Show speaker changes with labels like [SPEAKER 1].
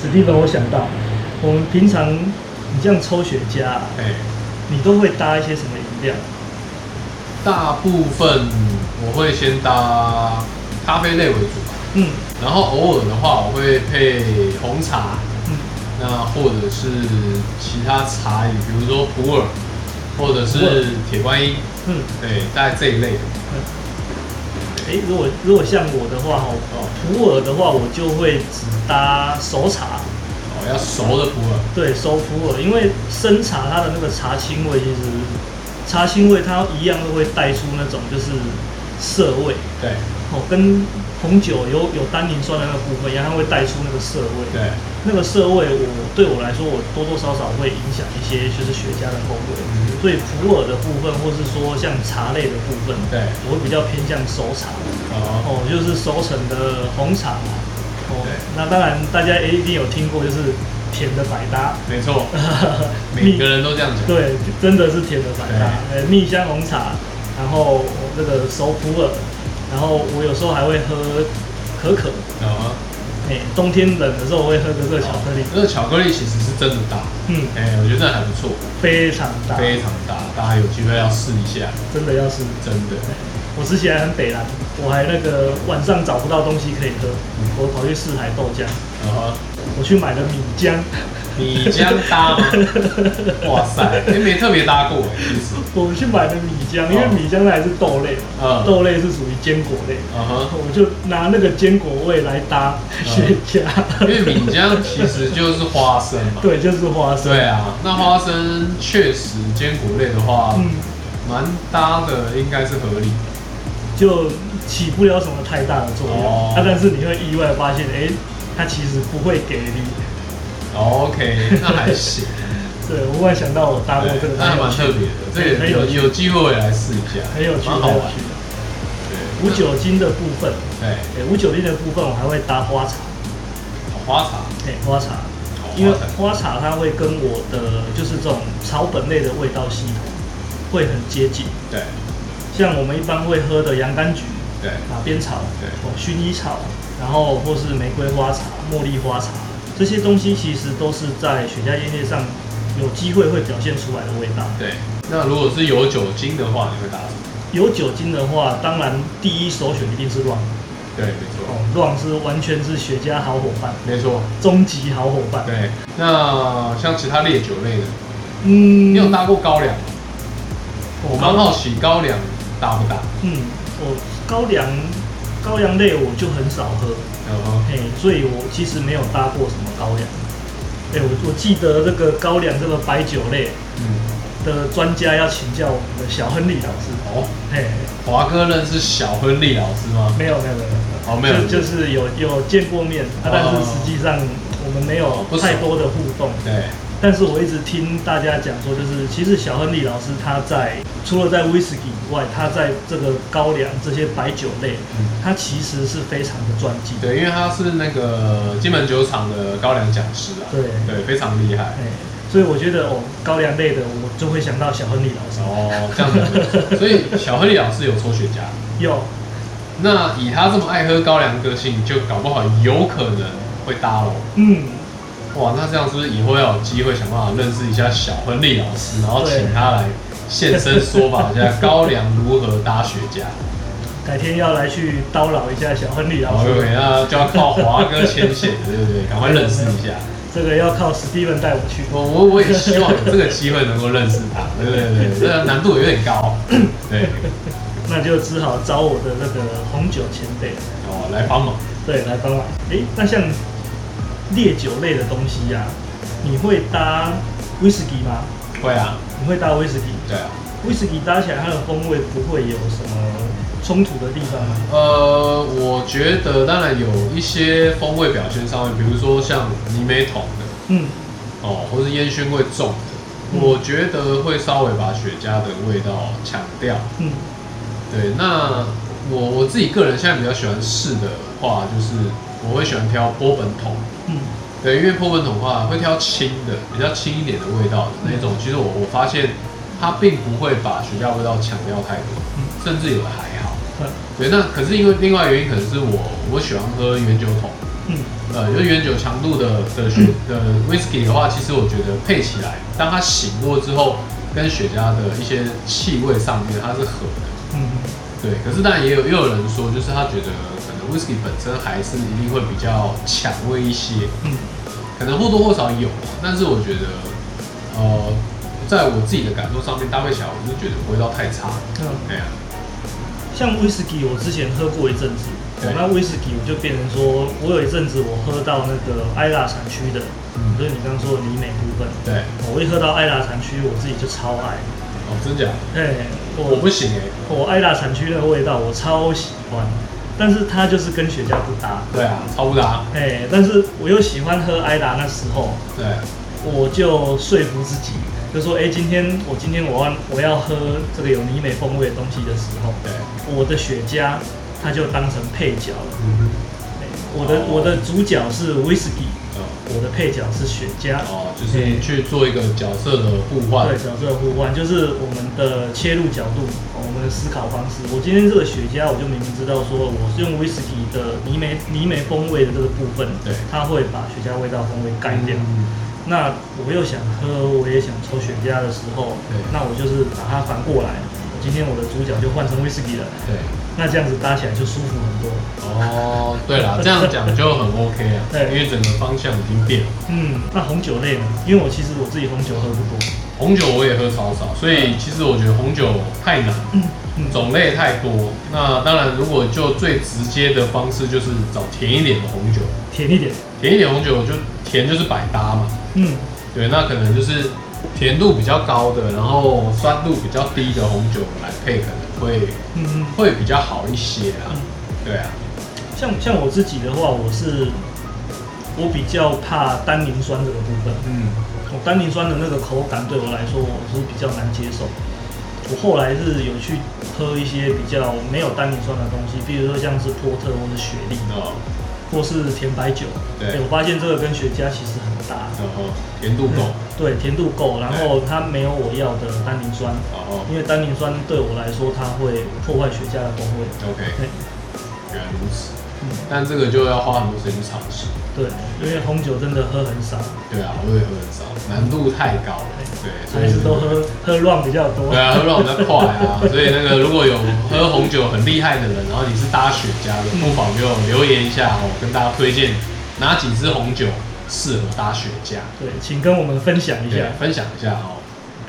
[SPEAKER 1] ，Steven，我想到，我们平常你这样抽雪茄啊、
[SPEAKER 2] 哎，
[SPEAKER 1] 你都会搭一些什么饮料？
[SPEAKER 2] 大部分我会先搭咖啡类为主吧，
[SPEAKER 1] 嗯
[SPEAKER 2] 然后偶尔的话，我会配红茶，
[SPEAKER 1] 嗯
[SPEAKER 2] 那或者是其他茶饮，比如说普洱，或者
[SPEAKER 1] 普洱
[SPEAKER 2] 是铁观音，
[SPEAKER 1] 嗯。
[SPEAKER 2] 对，大概这一类的。
[SPEAKER 1] 哎、如果如果像我的话，哦，普洱的话，我就会只搭熟茶，
[SPEAKER 2] 哦，要熟的普洱，
[SPEAKER 1] 对，熟普洱，因为生茶它的那个茶青味，其实茶青味它一样会带出那种就是涩味，
[SPEAKER 2] 对
[SPEAKER 1] 哦，跟红酒有有单宁酸的那个部分一样，它会带出那个涩味。
[SPEAKER 2] 对，
[SPEAKER 1] 那个涩味我，对我来说，我多多少少会影响一些就是雪茄的风味，
[SPEAKER 2] 嗯
[SPEAKER 1] 所以普洱的部分，或是说像茶类的部分，
[SPEAKER 2] 对
[SPEAKER 1] 我会比较偏向熟茶，
[SPEAKER 2] 哦，
[SPEAKER 1] 哦，就是熟成的红茶嘛，哦
[SPEAKER 2] 对，
[SPEAKER 1] 那当然大家一定有听过，就是甜的百搭，
[SPEAKER 2] 没错，每
[SPEAKER 1] 蜜
[SPEAKER 2] 个人都这样讲。
[SPEAKER 1] 对，真的是甜的百搭，呃，蜜香红茶，然后那个熟普洱，然后我有时候还会喝可可，
[SPEAKER 2] 哦，
[SPEAKER 1] 哎、冬天冷的时候我会喝可可巧克力，
[SPEAKER 2] 这个巧克力其实是真的大，
[SPEAKER 1] 嗯，
[SPEAKER 2] 哎，我觉得还不错，
[SPEAKER 1] 非常搭，
[SPEAKER 2] 非常大，大家有机会要试一下，
[SPEAKER 1] 真的要是
[SPEAKER 2] 真的。
[SPEAKER 1] 我之前还很北蓝，我还那个晚上找不到东西可以喝，我跑去四海豆浆，
[SPEAKER 2] 哦，
[SPEAKER 1] 我去买了米浆，
[SPEAKER 2] 你这样搭吗？哇塞，哎，没特别搭过，其实，
[SPEAKER 1] 我去买了米浆，因为
[SPEAKER 2] 哦
[SPEAKER 1] 米浆它还是豆类嘛，
[SPEAKER 2] 嗯
[SPEAKER 1] 豆类是属于坚果类，
[SPEAKER 2] 嗯哼。
[SPEAKER 1] 我就拿那个坚果味来搭雪茄，
[SPEAKER 2] 嗯因为米浆其实就是花生 嘛。
[SPEAKER 1] 对，就是花生，
[SPEAKER 2] 对啊，那花生确实坚果类的话，
[SPEAKER 1] 嗯，
[SPEAKER 2] 蛮搭的，应该是合理。
[SPEAKER 1] 就起不了什么太大的作用，
[SPEAKER 2] 哦
[SPEAKER 1] 啊，但是你会意外发现，哎、它其实不会给力。
[SPEAKER 2] OK，那 还行，
[SPEAKER 1] 对，我忽然想到我搭过这
[SPEAKER 2] 对
[SPEAKER 1] 个，
[SPEAKER 2] 那还蛮特别的。这个
[SPEAKER 1] 很有
[SPEAKER 2] 有
[SPEAKER 1] 趣
[SPEAKER 2] 有机会我也来试一下，
[SPEAKER 1] 很有趣，
[SPEAKER 2] 蛮
[SPEAKER 1] 很
[SPEAKER 2] 好
[SPEAKER 1] 有
[SPEAKER 2] 玩
[SPEAKER 1] 趣。的。
[SPEAKER 2] 对，哎
[SPEAKER 1] 无酒精的部分，哎
[SPEAKER 2] 对，
[SPEAKER 1] 诶，无酒精的部分我还会搭花茶，
[SPEAKER 2] 花茶，
[SPEAKER 1] 诶，花茶，
[SPEAKER 2] 好
[SPEAKER 1] 因为
[SPEAKER 2] 花茶，
[SPEAKER 1] 花茶它会跟我的就是这种草本类的味道系统会很接近，
[SPEAKER 2] 对
[SPEAKER 1] 像我们一般会喝的洋甘菊、
[SPEAKER 2] 对
[SPEAKER 1] 马鞭草、
[SPEAKER 2] 对
[SPEAKER 1] 哦薰衣草，然后或是玫瑰花茶、茉莉花茶这些东西，其实都是在雪茄烟叶上有机会会表现出来的味道。
[SPEAKER 2] 对。那如果是有酒精的话，你会搭什么？
[SPEAKER 1] 有酒精的话，当然第一首选一定是 rum，
[SPEAKER 2] 对，没错，
[SPEAKER 1] 哦，rum 是完全是雪茄好伙伴，
[SPEAKER 2] 没错。
[SPEAKER 1] 终极好伙伴。
[SPEAKER 2] 对，那像其他烈酒类的，
[SPEAKER 1] 嗯，
[SPEAKER 2] 你有搭过高粱吗？
[SPEAKER 1] 我
[SPEAKER 2] 我蛮
[SPEAKER 1] 高，
[SPEAKER 2] 好奇高粱搭不搭？
[SPEAKER 1] 嗯，我高粱高粱类我就很少喝，
[SPEAKER 2] 然后
[SPEAKER 1] 嘿，所以我其实没有搭过什么高粱。哎、我我记得这个高粱这个白酒类
[SPEAKER 2] 嗯，
[SPEAKER 1] 的专家要请教我们的小亨利老师。
[SPEAKER 2] 哦，
[SPEAKER 1] 嘿，
[SPEAKER 2] 华哥认识小亨利老师吗？
[SPEAKER 1] 没有没有没有，
[SPEAKER 2] 哦没有
[SPEAKER 1] 就就是有有见过面，啊、但是实际上我们没有
[SPEAKER 2] 哦不熟
[SPEAKER 1] 太多的互动。
[SPEAKER 2] 对，
[SPEAKER 1] 但是我一直听大家讲说，就是其实小亨利老师他在除了在威士忌以外，他在这个高粱这些白酒类，
[SPEAKER 2] 嗯，
[SPEAKER 1] 他其实是非常的专精。
[SPEAKER 2] 对，因为他是那个金门酒厂的高粱讲师啊，
[SPEAKER 1] 对
[SPEAKER 2] 对，非常厉害
[SPEAKER 1] 哎。，所以我觉得哦，高粱类的我就会想到小亨利老师。
[SPEAKER 2] 哦，这 样子，所以小亨利老师有抽雪茄，
[SPEAKER 1] 有，
[SPEAKER 2] 那以他这么爱喝高粱个性，就搞不好有可能会搭喽。
[SPEAKER 1] 嗯，
[SPEAKER 2] 哇，那这样是不是以后要有机会想办法认识一下小亨利老师，然后
[SPEAKER 1] 对
[SPEAKER 2] 请他来现身说法一下高粱如何搭雪茄？
[SPEAKER 1] 改天要来去叨扰一下小亨利老
[SPEAKER 2] 好，各位，
[SPEAKER 1] 师。
[SPEAKER 2] 那就要靠华哥牵线，对不对？赶快认识一下。
[SPEAKER 1] 这个要靠史蒂文带我去。
[SPEAKER 2] 我我我也希望有这个机会能够认识他，对对对，这个难度有点高，对，
[SPEAKER 1] 那就只好找我的那个红酒前辈，
[SPEAKER 2] 哦，来帮忙。
[SPEAKER 1] 对，来帮忙。诶，那像烈酒类的东西呀、你会搭威士忌吗？
[SPEAKER 2] 会啊，
[SPEAKER 1] 你会搭威士忌？
[SPEAKER 2] 对啊，
[SPEAKER 1] 威士忌搭起来它的风味不会有什么冲突的地方吗？
[SPEAKER 2] 呃，我觉得当然有一些风味表现上面，比如说像泥煤桶的
[SPEAKER 1] 嗯，
[SPEAKER 2] 哦，或是烟熏味重的，
[SPEAKER 1] 嗯
[SPEAKER 2] 我觉得会稍微把雪茄的味道强调。
[SPEAKER 1] 嗯，
[SPEAKER 2] 对，那我我自己个人现在比较喜欢试的话，就是我会喜欢挑波本桶。
[SPEAKER 1] 嗯，
[SPEAKER 2] 对，因为波本桶的话会挑轻的，比较轻一点的味道的那一种。其实我我发现它并不会把雪茄味道强调太多
[SPEAKER 1] 嗯，
[SPEAKER 2] 甚至有的还好。
[SPEAKER 1] 嗯，
[SPEAKER 2] 对，那可是因为另外原因可能是我我喜欢喝原酒桶，
[SPEAKER 1] 嗯，
[SPEAKER 2] 呃，就是原酒强度的的雪的 whisky 的话，其实我觉得配起来，当它醒过之后，跟雪茄的一些气味上面它是合的。
[SPEAKER 1] 嗯
[SPEAKER 2] 对，可是当然也有也有人说，就是他觉得可能 whisky 本身还是一定会比较抢味一些，
[SPEAKER 1] 嗯
[SPEAKER 2] 可能或多或少有，啊但是我觉得，呃，在我自己的感受上面搭配起来，我是觉得不会到太差。
[SPEAKER 1] 嗯，
[SPEAKER 2] 哎呀、
[SPEAKER 1] 像威士忌，我之前喝过一阵子，哦
[SPEAKER 2] 对
[SPEAKER 1] 我那威士忌我就变成说，我有一阵子我喝到那个艾拉产区的，
[SPEAKER 2] 嗯
[SPEAKER 1] 就是你刚刚说的里美部分，哦
[SPEAKER 2] 对，
[SPEAKER 1] 我一喝到艾拉产区，我自己就超爱，
[SPEAKER 2] 哦，真假？
[SPEAKER 1] 哎，
[SPEAKER 2] 我不行哎、
[SPEAKER 1] 我哦爱大产区那个味道，我超喜欢，但是它就是跟雪茄不搭。
[SPEAKER 2] 对啊，超不搭。
[SPEAKER 1] 哎、但是我又喜欢喝艾达那时候，
[SPEAKER 2] 对，
[SPEAKER 1] 我就说服自己，就说，哎、今天我今天我要我要喝这个有尼美风味的东西的时候，
[SPEAKER 2] 对，
[SPEAKER 1] 我的雪茄它就当成配角了。
[SPEAKER 2] 嗯
[SPEAKER 1] 哎我的我的主角是威士忌，
[SPEAKER 2] 哼，哦。
[SPEAKER 1] 我的配角是雪茄。
[SPEAKER 2] 哦，就是去做一个角色的互换
[SPEAKER 1] 对，。角色互换就是我们的切入角度，哦我们的思考方式。我今天这个雪茄，我就明明知道说我是用威士忌的泥煤泥煤风味的这个部分，
[SPEAKER 2] 对
[SPEAKER 1] 它会把雪茄味道风味盖掉。
[SPEAKER 2] 嗯
[SPEAKER 1] 那我又想喝，我也想抽雪茄的时候
[SPEAKER 2] 对，
[SPEAKER 1] 那我就是把它反过来。今天我的主角就换成威士忌了，
[SPEAKER 2] 对，
[SPEAKER 1] 那这样子搭起来就舒服很多。
[SPEAKER 2] 哦，对 啦，这样讲就很 OK 啊，
[SPEAKER 1] 对
[SPEAKER 2] 因为整个方向已经变了。
[SPEAKER 1] 嗯，那红酒类呢？因为我其实我自己红酒喝不多。
[SPEAKER 2] 红酒我也喝少少，所以其实我觉得红酒太难，
[SPEAKER 1] 嗯，
[SPEAKER 2] 种类太多。那当然，如果就最直接的方式，就是找甜一点的红酒。
[SPEAKER 1] 甜一点。
[SPEAKER 2] 甜一点红酒就甜就是百搭嘛，
[SPEAKER 1] 嗯，
[SPEAKER 2] 对，那可能就是甜度比较高的，然后酸度比较低的红酒来配，可能会
[SPEAKER 1] 嗯嗯。
[SPEAKER 2] 会比较好一些啊
[SPEAKER 1] 嗯。
[SPEAKER 2] 对啊，
[SPEAKER 1] 像像我自己的话，我是我比较怕单宁酸这个部分，
[SPEAKER 2] 嗯。
[SPEAKER 1] 我单宁酸的那个口感对我来说，我是比较难接受。我后来是有去喝一些比较没有单宁酸的东西，比如说像是波特或是雪莉，
[SPEAKER 2] 哦，
[SPEAKER 1] 或是甜白酒。
[SPEAKER 2] 对
[SPEAKER 1] 欸我发现这个跟雪茄其实很搭，
[SPEAKER 2] 然后甜度够，
[SPEAKER 1] 对，甜度够，然后它没有我要的单宁酸，
[SPEAKER 2] 然后
[SPEAKER 1] 因为单宁酸对我来说，它会破坏雪茄的风味。
[SPEAKER 2] OK，
[SPEAKER 1] 对，
[SPEAKER 2] 原来如此。
[SPEAKER 1] 嗯，
[SPEAKER 2] 但这个就要花很多时间去尝试。
[SPEAKER 1] 对，因为红酒真的喝很少。
[SPEAKER 2] 对啊，我也喝很少，难度太高了。对，所以
[SPEAKER 1] 还是都。喝喝乱比较多。
[SPEAKER 2] 对啊，喝让我们快啊！所以那个如果有喝红酒很厉害的人，然后你是搭雪茄的，
[SPEAKER 1] 嗯
[SPEAKER 2] 不妨给我留言一下哦，跟大家推荐哪几支红酒适合搭雪茄，
[SPEAKER 1] 对请跟我们分享一
[SPEAKER 2] 对
[SPEAKER 1] 下，。
[SPEAKER 2] 分享一下哦。